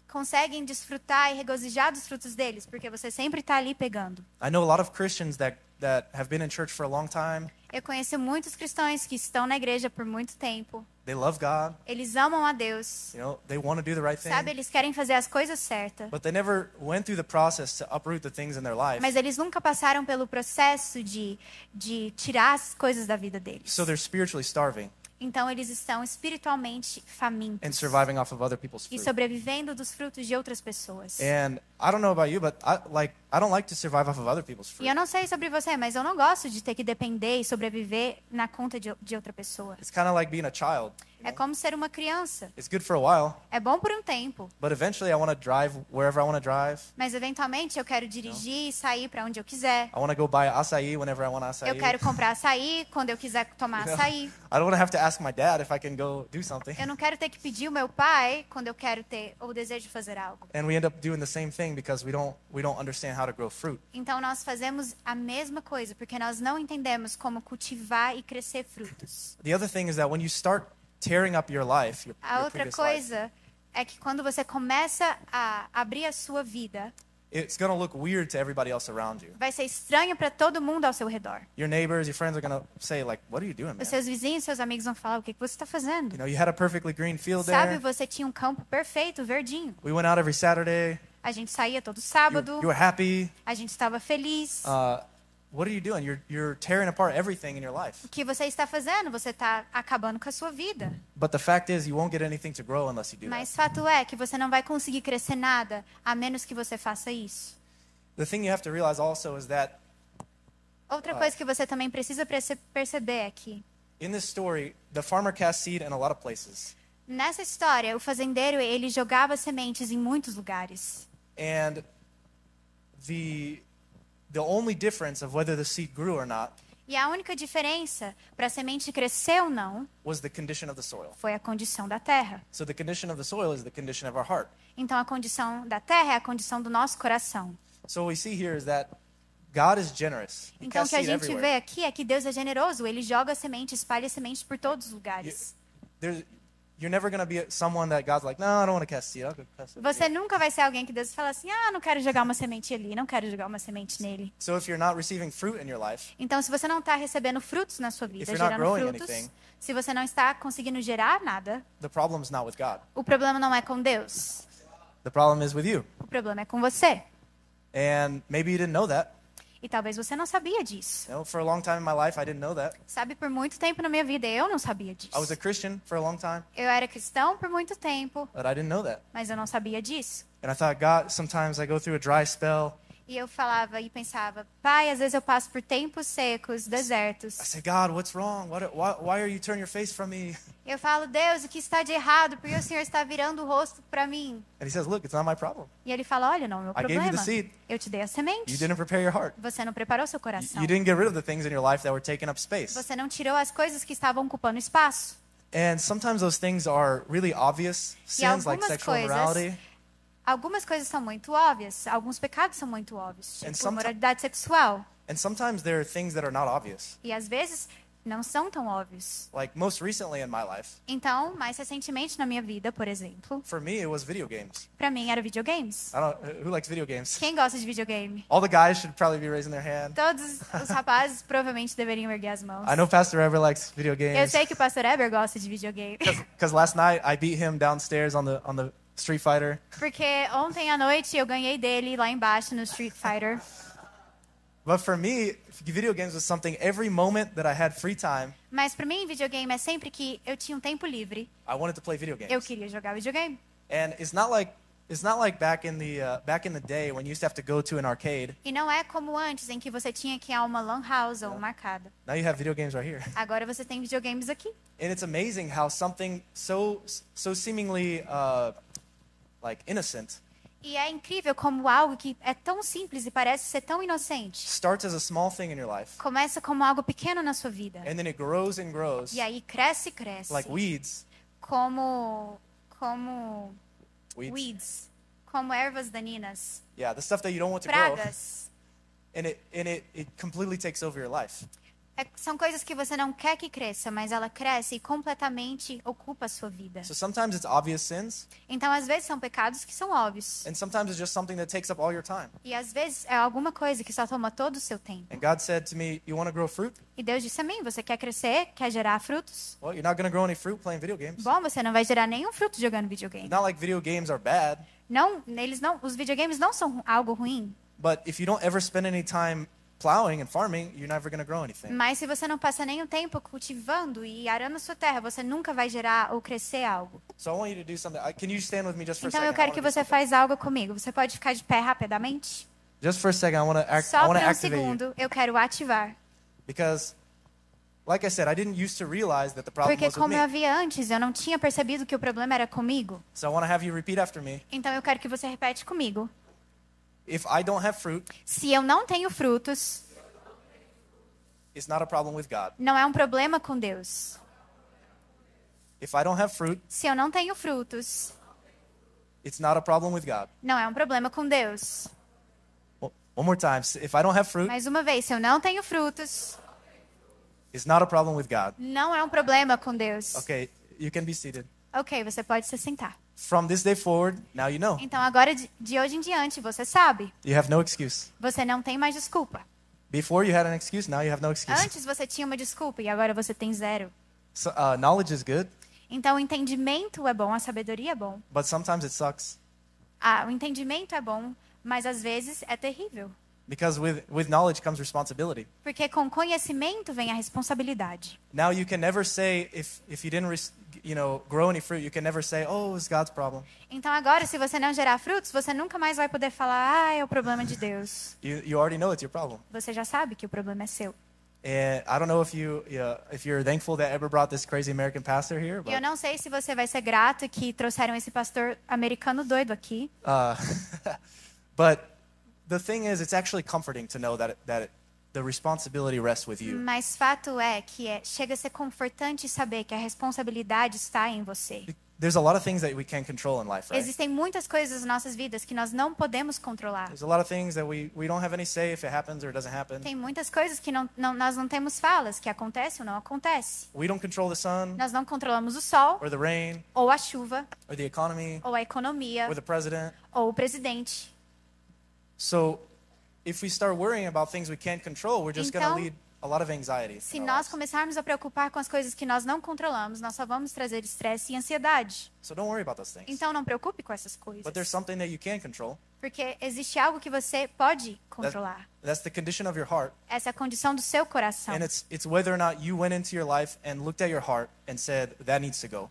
C: conseguem desfrutar e regozijar dos frutos deles, porque você sempre está ali pegando.
B: I know a lot of Christians that that have been in church for a long time.
C: Eu conheço muitos cristãos que estão na igreja por muito tempo.
B: They love God.
C: Eles amam a Deus.
B: You know, they want to do the right thing,
C: Sabe, eles querem fazer as coisas certas.
B: but they never went through the process to uproot the things in their life.
C: Mas eles nunca passaram pelo processo de, de tirar as coisas da vida deles.
B: So they're spiritually starving
C: Então eles estão espiritualmente
B: and
C: famintos
B: surviving off of other people's
C: e
B: fruit.
C: sobrevivendo dos frutos de outras pessoas.
B: And I don't know about you, but I like I don't like to survive off of other people's
C: E
B: fruit.
C: eu não sei sobre você, mas eu não gosto de ter que depender e sobreviver na conta de, de outra pessoa.
B: It's kind of like being a child.
C: É como ser uma criança.
B: It's good for a while,
C: É bom por um tempo,
B: but eventually I want to drive wherever I want to drive.
C: mas eventualmente eu quero dirigir e sair para onde eu quiser.
B: I want to go buy acai whenever I want acai.
C: Eu quero comprar açaí quando eu quiser tomar
B: You know?
C: açaí.
B: I don't want to have to ask my dad if I can go do something.
C: Eu não quero ter que pedir o meu pai quando eu quero ter ou desejo fazer algo.
B: And we end up doing the same thing because we don't we don't understand how to grow fruit.
C: Então nós fazemos a mesma coisa, porque nós não entendemos como cultivar e crescer frutos.
B: The other thing is that when you start tearing up your life, your,
C: A
B: your
C: outra
B: previous life,
C: coisa é que quando você começa a abrir a sua vida,
B: it's going to look weird to everybody else around you.
C: vai ser estranho para todo mundo ao seu redor.
B: Your neighbors, your friends are going to say like, "What are you doing, man?"
C: Os seus vizinhos, seus amigos vão falar: o que, que você está
B: You
C: fazendo?
B: know, you had a perfectly green field there.
C: Sabe, você tinha um campo perfeito, verdinho.
B: We went out every Saturday.
C: A gente saía todo
B: You were,
C: sábado,
B: you were happy.
C: a gente estava feliz.
B: Uh, what are you doing? You're you're tearing apart everything in your life.
C: O que você está fazendo? Você está acabando com a sua vida.
B: But the fact is, you won't get anything to grow unless you do that.
C: Mas fato é que você não vai conseguir crescer nada a menos que você faça isso.
B: The thing you have to realize also is that
C: Outra coisa que você também precisa perce- perceber é que
B: in this story, the farmer cast seed in a lot of places.
C: nessa história o fazendeiro ele jogava sementes em muitos lugares.
B: And the the only difference of whether the seed grew or not
C: E a única diferença para a semente crescer ou não
B: was the condition of the soil.
C: foi a condição da terra.
B: So the condition of the soil is the condition of our heart.
C: Então a condição da terra é a condition do nosso coração.
B: So what we see here is that God is generous. He
C: Então o
B: casts
C: que a
B: seed
C: gente
B: everywhere.
C: vê aqui é que Deus é generoso, ele joga semente, espalha semente por todos os
B: You,
C: lugares.
B: there's- you're never going to be someone that God's like, no, I don't want to cast seed. I'll go cast it."
C: Você nunca vai ser alguém que Deus fala assim: "Ah, não quero jogar uma semente ali, não quero jogar uma semente nele".
B: So if you're not receiving fruit in your life,
C: Então, se você não está recebendo frutos na sua vida,
B: you're not
C: gerando
B: growing
C: frutos,
B: anything-
C: se você não está conseguindo gerar nada,
B: the problem's not with God.
C: o problema não é com Deus,
B: The problem is with you.
C: o problema é com você.
B: And maybe you didn't know that.
C: E talvez você não sabia disso.
B: You know, for a long time in my life, I didn't know that.
C: Sabe, por muito tempo na minha vida eu não sabia disso.
B: I was a Christian for a long time,
C: Eu era cristão por muito tempo,
B: but I didn't know that.
C: mas eu não sabia disso.
B: And I thought, God, sometimes I go through a dry spell.
C: E eu falava e pensava, pai, às vezes eu passo por tempos secos,
B: I
C: desertos.
B: said, God, what's wrong? What, why, why are you turning your face from me?
C: Eu falo, Deus, o que está de errado? Porque o Senhor está virando o rosto para mim.
B: And he says, Look, it's not my problem.
C: E ele fala, olha, não é meu
B: I gave you the
C: problema.
B: seed.
C: Eu te dei a semente.
B: You didn't prepare your heart.
C: Você não preparou seu
B: You,
C: coração.
B: you didn't get rid of the things in your life that were taking up space.
C: Você não tirou as coisas que estavam ocupando espaço.
B: And sometimes those things are really obvious sins like
C: algumas
B: sexual
C: coisas-
B: immorality.
C: Algumas coisas são muito óbvias, alguns pecados são muito óbvios,
B: And
C: tipo
B: someti-
C: moralidade sexual.
B: And sometimes there are things that are not obvious.
C: E às vezes não são tão óbvios.
B: Like most recently in my life,
C: Então, mais recentemente na minha vida, por exemplo,
B: for me, it was video games.
C: pra mim era videogames.
B: I don't, who likes video games?
C: Quem gosta de videogame?
B: All the guys should probably be raising their hand.
C: Todos os rapazes provavelmente deveriam erguer as mãos.
B: I know Pastor Ever likes video
C: Eu
B: games.
C: sei que o pastor Eber gosta de videogame.
B: Because last night I beat him downstairs on the on the Street Fighter.
C: Porque ontem à noite eu ganhei dele lá embaixo no Street Fighter.
B: But for me, video games was something every moment that I had free time,
C: Mas pra mim, videogame é sempre que eu tinha um tempo livre,
B: I wanted to play video games.
C: eu queria jogar videogame.
B: And it's not like it's not like back in the uh, back in the day when you used to have to go to an arcade.
C: E não é como antes, em que você tinha que ir a uma lan house ou uma arcada.
B: Now you have video games right here.
C: Agora você tem videogames aqui.
B: And it's amazing how something so so seemingly uh, like innocent
C: E é incrível como algo que é tão simples e parece ser tão inocente
B: starts as a small thing in your life
C: começa como algo pequeno na sua vida.
B: and then it grows and grows
C: E aí cresce,
B: É
C: cresce.
B: like weeds.
C: Como. Como.
B: Weeds.
C: Weeds. Como ervas daninhas.
B: Yeah, the stuff that you don't want to grow.
C: Pragas.
B: And it and it, it completely takes over your life.
C: É- são coisas que você não quer que cresça, mas ela cresce e completamente ocupa a sua vida.
B: So sometimes it's obvious sins,
C: Então, às vezes, são pecados que são óbvios.
B: and sometimes it's just something that takes up all your time.
C: E às vezes é alguma coisa que só toma todo o seu tempo.
B: And God said to me, You want to grow fruit?
C: E Deus disse a mim: você quer crescer, quer gerar frutos?
B: Well, you're not going to grow any fruit playing video games.
C: Bom, você não vai gerar nenhum fruto jogando
B: It's
C: videogame.
B: not like video games are bad,
C: Não, eles não, os videogames não são algo ruim,
B: but if you don't ever spend any time plowing and farming, you're never going to grow anything.
C: mas se você não passa nenhum tempo cultivando e arando sua terra, você nunca vai gerar ou crescer algo.
B: So I want you to do something. I, can you stand with me just for a
C: Então
B: second?
C: eu
B: I
C: quero
B: wanna
C: que
B: do
C: você
B: something.
C: faça algo comigo. Você pode ficar de pé rapidamente?
B: Just for a second, I want to act, I
C: Só
B: want to
C: por um
B: activate you
C: segundo, eu quero ativar.
B: because, like I said, I didn't used to realize that the problem
C: Porque
B: was with
C: como eu
B: me.
C: havia antes, eu não tinha percebido que o problema era comigo.
B: So I want to have you repeat after me.
C: Então eu quero que você repete comigo.
B: If I don't have fruit,
C: Se eu não tenho frutos,
B: it's not a problem with God.
C: não é um problema com Deus.
B: If I don't have fruit,
C: Se eu não tenho frutos,
B: it's not a problem with God.
C: não é um problema com Deus.
B: Well, One more time. S- If I don't have fruit,
C: Mais uma vez, se eu não tenho frutos,
B: it's not a problem with God.
C: não é um problema com Deus.
B: Okay, you can be seated.
C: Ok, você pode se sentar.
B: From this day forward, now you know.
C: Então agora de, de hoje em diante, você sabe,
B: You have no excuse.
C: você não tem mais desculpa.
B: Before you had an excuse, now you have no excuse.
C: Antes você tinha uma desculpa e agora você tem zero.
B: So, uh, knowledge is good,
C: Então o entendimento é bom, a sabedoria é bom.
B: but sometimes it sucks
C: Ah, o entendimento é bom, mas às vezes é terrível,
B: because with, with knowledge comes responsibility.
C: porque com conhecimento vem a responsabilidade.
B: Now you can never say if if you didn't res- you know grow any fruit, you can never say, "Oh, it's God's problem."
C: Então agora, se você não gerar frutos, você nunca mais vai poder falar, ah, é o problema de Deus.
B: You you already know it's your problem.
C: Você já sabe que o problema é seu.
B: And I don't know if you yeah, if you're thankful that Ever brought this crazy American pastor here,
C: E
B: but
C: eu não sei se você vai ser grato que trouxeram esse pastor americano doido aqui,
B: uh, but the thing is, it's actually comforting to know that it, that it, the responsibility rests with you.
C: mas fato é que é, chega a ser confortante saber que a responsabilidade está em você.
B: There's a lot of things that we can't control in life, right?
C: Existem muitas coisas nas nossas vidas que nós não podemos controlar.
B: There's a lot of things that we, we don't have any say if it happens or it doesn't happen.
C: Tem muitas coisas que não- não- nós não temos falas, que acontece ou não acontece.
B: We don't control the sun
C: Nós não controlamos o sol,
B: or the rain
C: ou a chuva,
B: or the economy
C: ou a economia,
B: or the president.
C: ou o presidente.
B: So if we start worrying about things we can't control, we're just going
C: Então,
B: to lead a lot of anxiety.
C: Se
B: in our
C: nós
B: lives.
C: começarmos a preocupar com as coisas que nós não controlamos, nós só vamos trazer estresse e ansiedade.
B: So don't worry about those things.
C: Então não preocupe com essas coisas.
B: But there's something that you can control.
C: Porque existe algo que você pode
B: That's,
C: controlar.
B: that's the condition of your heart.
C: Essa é a condição do seu coração.
B: And it's, it's whether or not you went into your life and looked at your heart and said, that needs to go.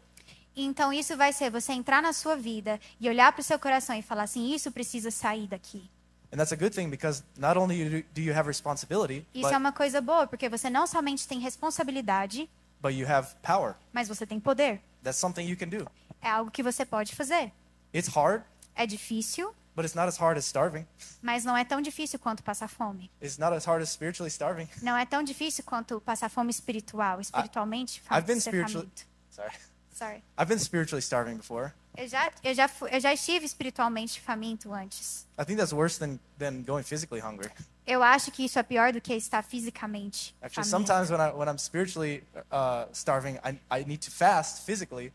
C: Então isso vai ser você entrar na sua vida e olhar para o seu coração e falar assim: isso precisa sair daqui.
B: And that's a good thing because not only you do- do you have responsibility,
C: Isso é
B: but,
C: uma coisa boa, porque você não somente tem responsabilidade,
B: but you have power.
C: mas você tem poder.
B: That's something you can do.
C: É algo que você pode fazer.
B: It's hard,
C: É difícil,
B: but it's not as hard as starving.
C: mas não é tão difícil quanto passar fome.
B: It's not as hard as spiritually starving.
C: Não é tão difícil quanto passar fome espiritual, espiritualmente.
B: Ah, I've been
C: ser
B: spiritually
C: faminto.
B: sorry.
C: Sorry.
B: I've been spiritually starving before.
C: Eu já, eu já, fu- eu já estive espiritualmente faminto antes.
B: I think that's worse than, than going physically hungry.
C: Eu acho que isso é pior do que estar fisicamente.
B: Actually,
C: faminto.
B: sometimes when I when I'm spiritually uh, starving, I, I need to fast physically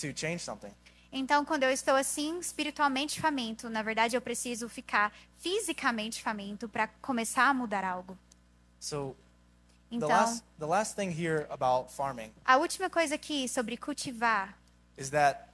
B: to change something.
C: Então, quando eu estou assim, espiritualmente faminto, na verdade eu preciso ficar fisicamente faminto para começar a mudar algo.
B: So the
C: Então,
B: last the last thing here about farming
C: a última coisa aqui sobre cultivar
B: is that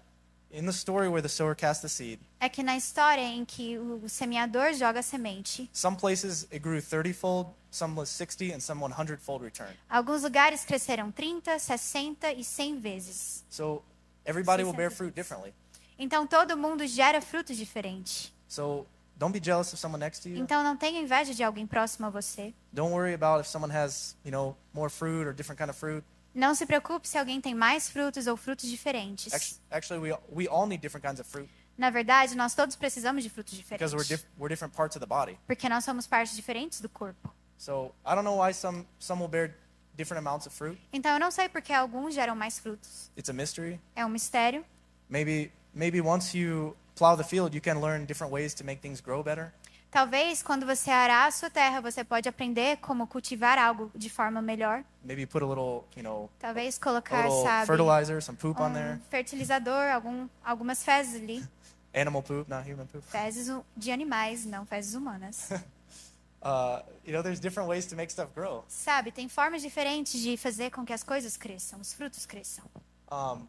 B: in the story where the sower cast the seed,
C: é que na história em que o semeador joga a semente,
B: some places it grew 30-fold, some was 60, and some 100-fold return.
C: alguns lugares cresceram 30, 60 e 100 vezes.
B: So everybody will bear fruit differently.
C: Então, todo mundo gera frutos diferentes.
B: So don't be jealous of someone next to you.
C: Então, não tenha inveja de alguém próximo a você.
B: Don't worry about if someone has, you know, more fruit or different kind of fruit.
C: Não se preocupe se alguém tem mais frutos ou frutos diferentes.
B: Actually, actually we, we all need different kinds of fruit
C: Na verdade, nós todos precisamos de frutos
B: because we're,
C: diferentes.
B: diff- we're different parts of the body.
C: porque nós somos partes diferentes do corpo.
B: So I don't know why some, some will bear different amounts of fruit.
C: Então eu não sei porque alguns geram mais frutos.
B: It's a mystery.
C: É um mistério.
B: Maybe, maybe once you plow the field, you can learn different ways to make things grow better.
C: Talvez quando você arar a sua terra, você pode aprender como cultivar algo de forma melhor.
B: Maybe put a little, you know,
C: Talvez
B: a
C: colocar,
B: little
C: sabe,
B: fertilizer, some poop on
C: um
B: there,
C: fertilizador, algum, algumas fezes ali.
B: animal poop, not human poop.
C: Fezes hu- de animais, não fezes humanas.
B: Uh, you know, there's different ways to make stuff grow.
C: Sabe, tem formas diferentes de fazer com que as coisas cresçam, os frutos cresçam.
B: Um,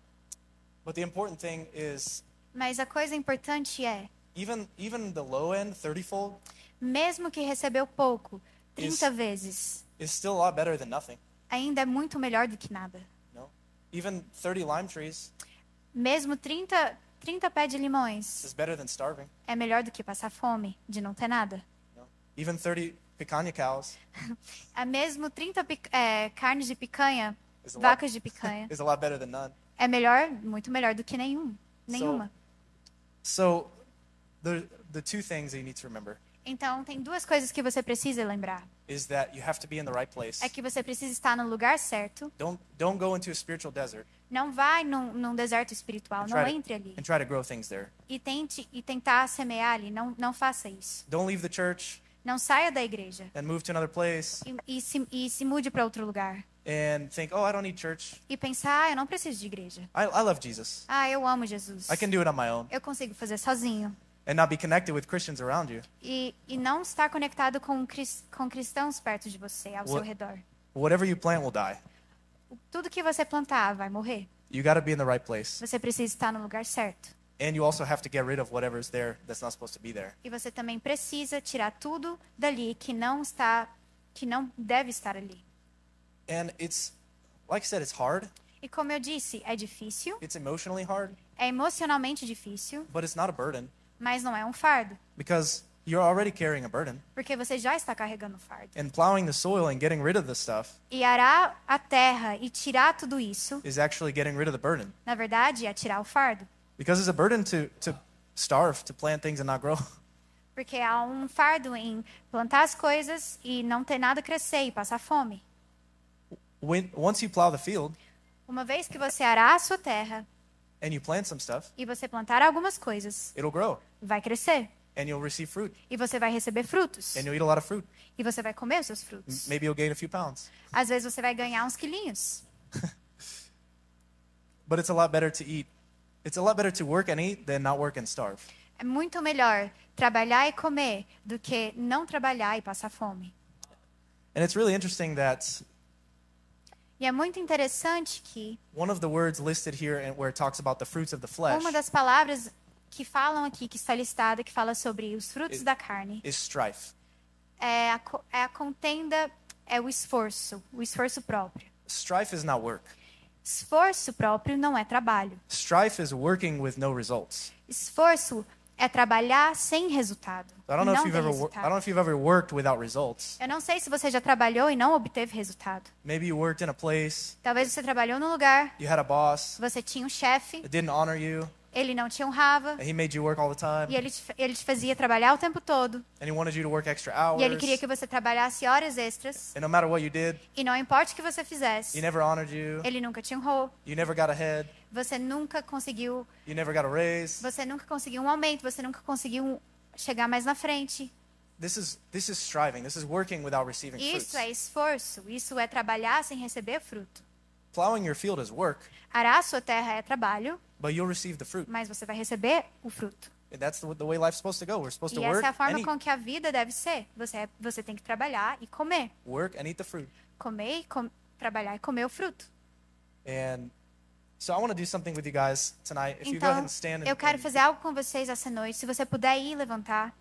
B: but the important thing is
C: Mas a coisa importante é,
B: even even the low end, 30 fold,
C: mesmo que recebeu pouco, 30
B: Isso.
C: vezes,
B: is still a lot better than nothing.
C: ainda é muito melhor do que nada.
B: You know? Even 30 lime trees
C: Mesmo 30, 30 pés de limões
B: is better than starving.
C: é melhor do que passar fome, de não ter nada.
B: You know? Even 30 picanha cows
C: A É mesmo 30 pi- é, carnes de picanha,
B: is a, lot,
C: vacas de picanha,
B: is a lot better than none.
C: é melhor, muito melhor do que nenhum, nenhuma.
B: So the the two things that you need to remember
C: Então, tem duas coisas que você precisa lembrar.
B: is that you have to be in the right place.
C: É que você precisa estar no lugar certo.
B: Don't don't go into a spiritual desert
C: Não vai num, num deserto espiritual,
B: and
C: não
B: try,
C: entre
B: to,
C: ali.
B: and try to grow things there.
C: E tente e tentar semear ali, não, não faça isso.
B: Don't leave the church
C: Não saia da igreja
B: and move to another place
C: e, e se, e se mude para outro lugar.
B: and think, oh, I don't need church.
C: E pensar, ah, eu não preciso de igreja.
B: I, I love Jesus.
C: Ah, eu amo Jesus.
B: I can do it on my own
C: Eu consigo fazer sozinho.
B: and not be connected with Christians around you.
C: E, e não estar conectado com, cris- com cristãos perto de você, ao seu
B: What-
C: redor.
B: Whatever you plant will die.
C: Tudo que você plantar vai morrer.
B: You got to be in the right place.
C: Você precisa estar no lugar certo.
B: And you also have to get rid of whatever's there that's not supposed to be there.
C: E você também precisa tirar tudo dali que não está, que não deve estar ali.
B: And it's, like I said, it's hard.
C: E como eu disse, é difícil,
B: It's emotionally hard,
C: é emocionalmente difícil,
B: but it's not a burden
C: mas não é um fardo,
B: because you're already carrying a burden.
C: porque você já está carregando o fardo.
B: And plowing the soil and getting rid of the stuff
C: E arar a terra e tirar tudo isso,
B: is actually getting rid of the burden
C: na verdade, é tirar o fardo,
B: because it's a burden to, to starve, to plant things and not grow.
C: porque há um fardo em plantar as coisas e não ter nada crescer e passar fome.
B: When, once you plow the field
C: Uma vez que você arar a sua terra
B: and you plant some stuff,
C: e você plantar algumas coisas,
B: it'll grow
C: vai crescer
B: and you'll receive fruit
C: e você vai receber frutos
B: and you'll eat a lot of fruit.
C: e você vai comer os seus frutos.
B: Maybe you'll gain a few pounds.
C: Às vezes você vai ganhar uns quilinhos,
B: But it's a lot better to eat. It's a lot better to work and eat than not work and starve.
C: É muito melhor trabalhar e comer do que não trabalhar e passar fome.
B: And it's really interesting that
C: E é muito interessante que
B: one of the words listed here and where it talks about the fruits of the flesh
C: uma das palavras que falam aqui, que está listada, que fala sobre os frutos
B: Is-
C: da carne,
B: is strife.
C: é a, co- é a contenda, é o esforço, o esforço próprio.
B: Strife is not work.
C: Esforço próprio não é trabalho.
B: Strife is working with no results.
C: Esforço é trabalhar sem resultado.
B: I don't know if
C: não
B: you've
C: tem
B: ever wor- I
C: resultado.
B: don't know if you've ever worked without results.
C: Eu não sei se você já trabalhou e não obteve resultado.
B: Maybe you worked in a place,
C: Talvez você trabalhou num lugar,
B: you had a boss
C: você tinha um chefe,
B: that didn't honor you,
C: ele não te honrava,
B: and he made you work all the time,
C: E ele te, ele te fazia trabalhar o tempo todo.
B: and he wanted you to work extra hours.
C: E ele queria que você trabalhasse horas extras.
B: And no matter what you did,
C: E não importa o que você
B: he
C: fizesse,
B: never honored you.
C: ele nunca te honrou.
B: You never got ahead.
C: Você nunca conseguiu,
B: You never got a raise.
C: você nunca conseguiu um aumento, você nunca conseguiu um- chegar mais na frente.
B: This is this is striving. This is working without receiving fruits.
C: Isso é esforço, isso é trabalhar sem receber fruto.
B: Plowing your field is work,
C: Arar a sua terra é trabalho,
B: but you'll receive the fruit.
C: mas você vai receber o fruto.
B: And that's the, the way life's supposed to go. We're supposed to
C: E
B: work
C: essa é a
B: and
C: forma
B: eat,
C: com que a vida deve ser. Você, é, você tem que trabalhar e comer.
B: work and eat the fruit.
C: Comer e com, trabalhar e comer o fruto.
B: And so I want to do something with you guys tonight. If you go ahead and
C: Então,
B: stand,
C: eu
B: and,
C: quero
B: and-
C: fazer algo com vocês essa noite. Se você puder ir levantar,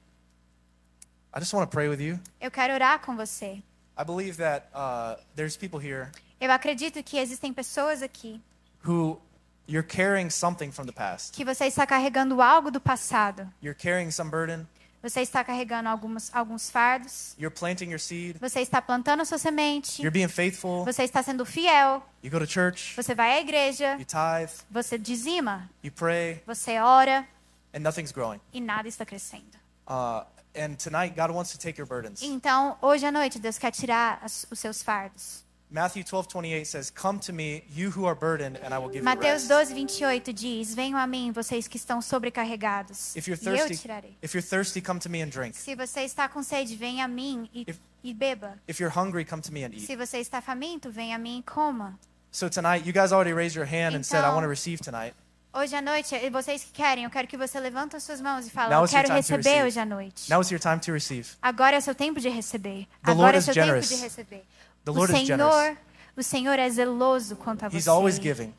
B: I just want to pray with you.
C: eu quero orar com você.
B: I believe that uh, there's people here
C: Eu acredito que existem pessoas aqui
B: who you're carrying something from the past.
C: que você está carregando algo do passado.
B: You're carrying some burden.
C: Você está carregando algumas, alguns fardos.
B: You're planting your seed.
C: Você está plantando a sua semente.
B: You're being faithful.
C: Você está sendo fiel.
B: You go to church.
C: Você vai à igreja.
B: You tithe.
C: Você dizima.
B: You pray,
C: Você ora
B: and nothing's growing.
C: e nada está crescendo.
B: Uh, and tonight, God wants to take your burdens.
C: Então, hoje à noite, Deus quer tirar as- os seus fardos.
B: Matthew 12, 28 says, Come to me, you who are burdened, and I will give
C: Mateus
B: you rest.
C: 12, 28 diz: Venham a mim, vocês que estão sobrecarregados,
B: if you're
C: e eu
B: thirsty,
C: tirarei.
B: if you're thirsty, come to me and drink.
C: Se você está com sede, venha a mim e,
B: If-
C: e beba.
B: If you're hungry, come to me and eat.
C: Se você está faminto, venha a mim e coma.
B: So tonight, you guys already raised your hand and said, I
C: Então-
B: want to receive tonight.
C: Hoje à noite, e vocês que querem, eu quero que você levanta as suas mãos e fale:
B: Now
C: Eu
B: is your
C: quero
B: time to
C: receber
B: receive.
C: hoje à noite.
B: Now is your time to receive.
C: Agora é seu tempo de receber.
B: The Lord
C: Agora é
B: is
C: seu
B: generous.
C: tempo de receber.
B: The
C: o
B: Lord is
C: Senhor,
B: generous.
C: o Senhor é zeloso quanto a
B: He's
C: você.
B: always giving.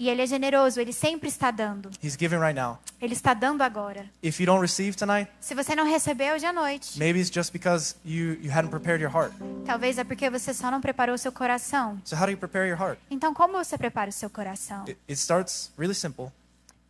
C: E ele é generoso, ele sempre está dando.
B: He's giving right now.
C: Ele está dando agora.
B: If you don't receive tonight,
C: Se você não recebeu hoje à noite,
B: maybe it's just because you, you hadn't prepared your heart.
C: talvez é porque você só não preparou o seu coração.
B: So, how do you prepare your heart?
C: Então, como você prepara o seu coração?
B: It, it starts really simple.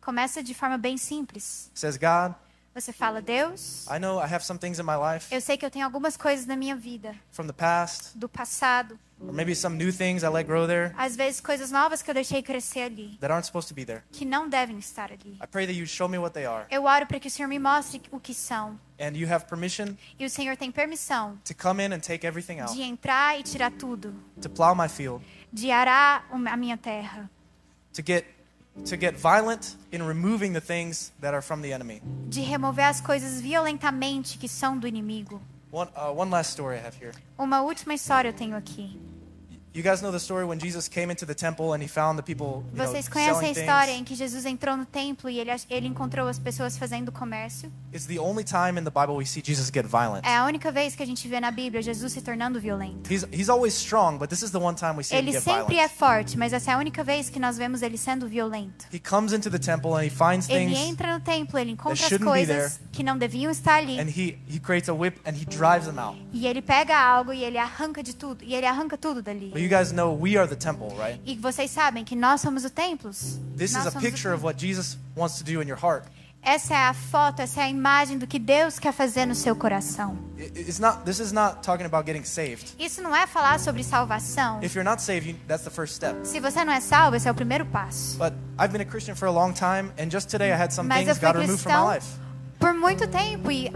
C: Começa de forma bem simples.
B: It says, God,
C: Você fala: Deus,
B: I know I have some things in my life
C: eu sei que eu tenho algumas coisas na minha vida,
B: from the past,
C: do passado,
B: or maybe some new things I let grow there
C: às vezes coisas novas que eu deixei crescer ali,
B: that aren't supposed to be there.
C: que não devem estar ali.
B: I pray that you show me what they are.
C: Eu oro para que o Senhor me mostre o que são.
B: And you have permission
C: E o Senhor tem permissão
B: to come in and take everything out,
C: de entrar e tirar tudo,
B: to plow my field,
C: de arar o- a minha terra,
B: to get to get violent in removing the things that are from the enemy.
C: de remover as coisas violentamente que são do inimigo.
B: One uh, one last story I have here.
C: Uma última história eu tenho aqui.
B: You guys know the story when Jesus came into the temple and he found the people you know,
C: Vocês conhecem a
B: selling
C: história em
B: things.
C: que Jesus entrou no templo e ele, ach- ele encontrou as pessoas fazendo comércio?
B: It's the only time in the Bible we see Jesus get violent.
C: É a única vez que a gente vê na Bíblia Jesus se tornando violento.
B: He's he's always strong, but this is the one time we see him
C: Ele
B: get
C: sempre é
B: violent.
C: forte, mas essa é a única vez que nós vemos ele sendo violento.
B: He comes into the temple and he finds
C: Ele
B: things
C: entra no templo, ele encontra as
B: shouldn't be
C: coisas que não deviam estar ali.
B: and he he creates a whip and he drives them out.
C: E ele pega algo e ele arranca de tudo. E ele arranca tudo dali.
B: But you guys know we are the temple, right?
C: E vocês sabem que nós somos o templos.
B: This
C: Nós
B: is a
C: somos o
B: picture of
C: templo.
B: what Jesus wants to do in your heart.
C: Essa é a foto, essa é a imagem do que Deus quer fazer no seu coração.
B: I- It's not. This is not talking about getting saved.
C: Isso não é falar sobre salvação.
B: If you're not saved, you, that's the first step.
C: Se você não é salvo, esse é o primeiro passo.
B: But I've been a Christian for a long time, and just today I had some
C: Mas eu
B: things
C: fui
B: God removed from my
C: cristão
B: life.
C: por muito tempo e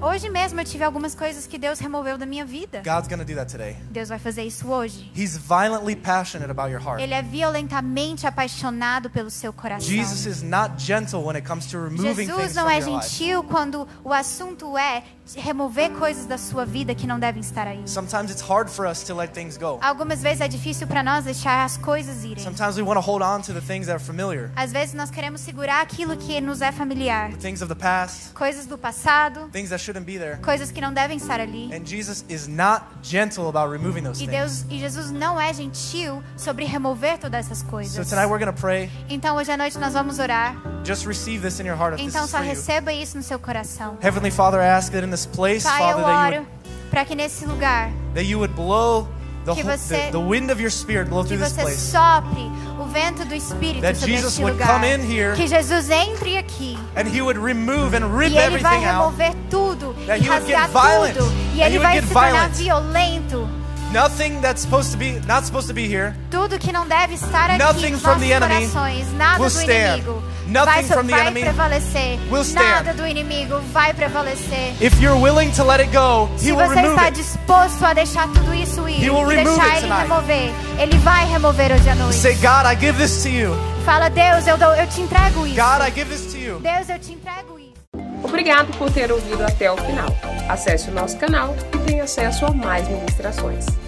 C: hoje mesmo eu tive algumas coisas que Deus removeu da minha vida.
B: God's gonna do that today.
C: Deus vai fazer isso hoje.
B: He's violently passionate about your heart.
C: Ele é violentamente apaixonado pelo seu coração.
B: Jesus is not gentle when it comes to removing
C: Jesus
B: things
C: não
B: from
C: é
B: your life.
C: gentil quando o assunto é remover coisas da sua vida que não devem estar aí.
B: Sometimes it's hard for us to let things go.
C: Algumas vezes é difícil para nós deixar as coisas irem.
B: Sometimes we want to hold on to the things that are familiar,
C: Às vezes nós queremos segurar aquilo que nos é familiar,
B: things of the past,
C: coisas do passado,
B: things that shouldn't be there.
C: coisas que não devem estar ali.
B: And Jesus is not gentle about removing those
C: E
B: things.
C: Deus e Jesus não é gentil sobre remover todas essas
B: So
C: coisas.
B: tonight we're gonna pray.
C: Então hoje à noite nós vamos orar.
B: Just receive this in your heart if this
C: Então
B: is
C: só
B: for you.
C: receba isso no seu coração.
B: Heavenly Father, I ask that in this place,
C: Pai, eu
B: Father, that you would
C: oro para que nesse lugar
B: that you would blow the,
C: Que
B: whole- the,
C: você-
B: the wind of your spirit blow
C: que
B: through this
C: você
B: place.
C: sopre o vento do Espírito
B: That
C: sobre
B: Jesus
C: este
B: would
C: lugar.
B: come in here.
C: que Jesus entre aqui.
B: And he would remove and rip
C: E ele vai
B: everything out.
C: remover tudo
B: That
C: e
B: he would get
C: rasgar
B: violent.
C: tudo. E
B: That
C: ele
B: he would
C: vai
B: get
C: se tornar
B: violent.
C: violento.
B: Nothing that's supposed to be not supposed to be here
C: Tudo que não deve estar aqui
B: Nothing
C: nos
B: from
C: nossos
B: the enemy
C: corações, nada
B: will
C: do
B: stand.
C: inimigo
B: Nothing
C: vai, so-
B: from the
C: vai
B: enemy
C: prevalecer.
B: will stand.
C: Nada do inimigo vai prevalecer.
B: If you're willing to let it go, he
C: Se
B: will
C: você
B: remove
C: está
B: it.
C: disposto a deixar tudo isso ir
B: He will
C: e
B: remove
C: deixar
B: it
C: ele
B: tonight.
C: remover, ele vai remover hoje à noite.
B: Say, God, I give this to you.
C: Fala, Deus, eu, dou, eu te entrego isso.
B: God, I give this to you.
C: Deus, eu te entrego isso.
A: Obrigado por ter ouvido até o final. Acesse o nosso canal e tenha acesso a mais ministrações.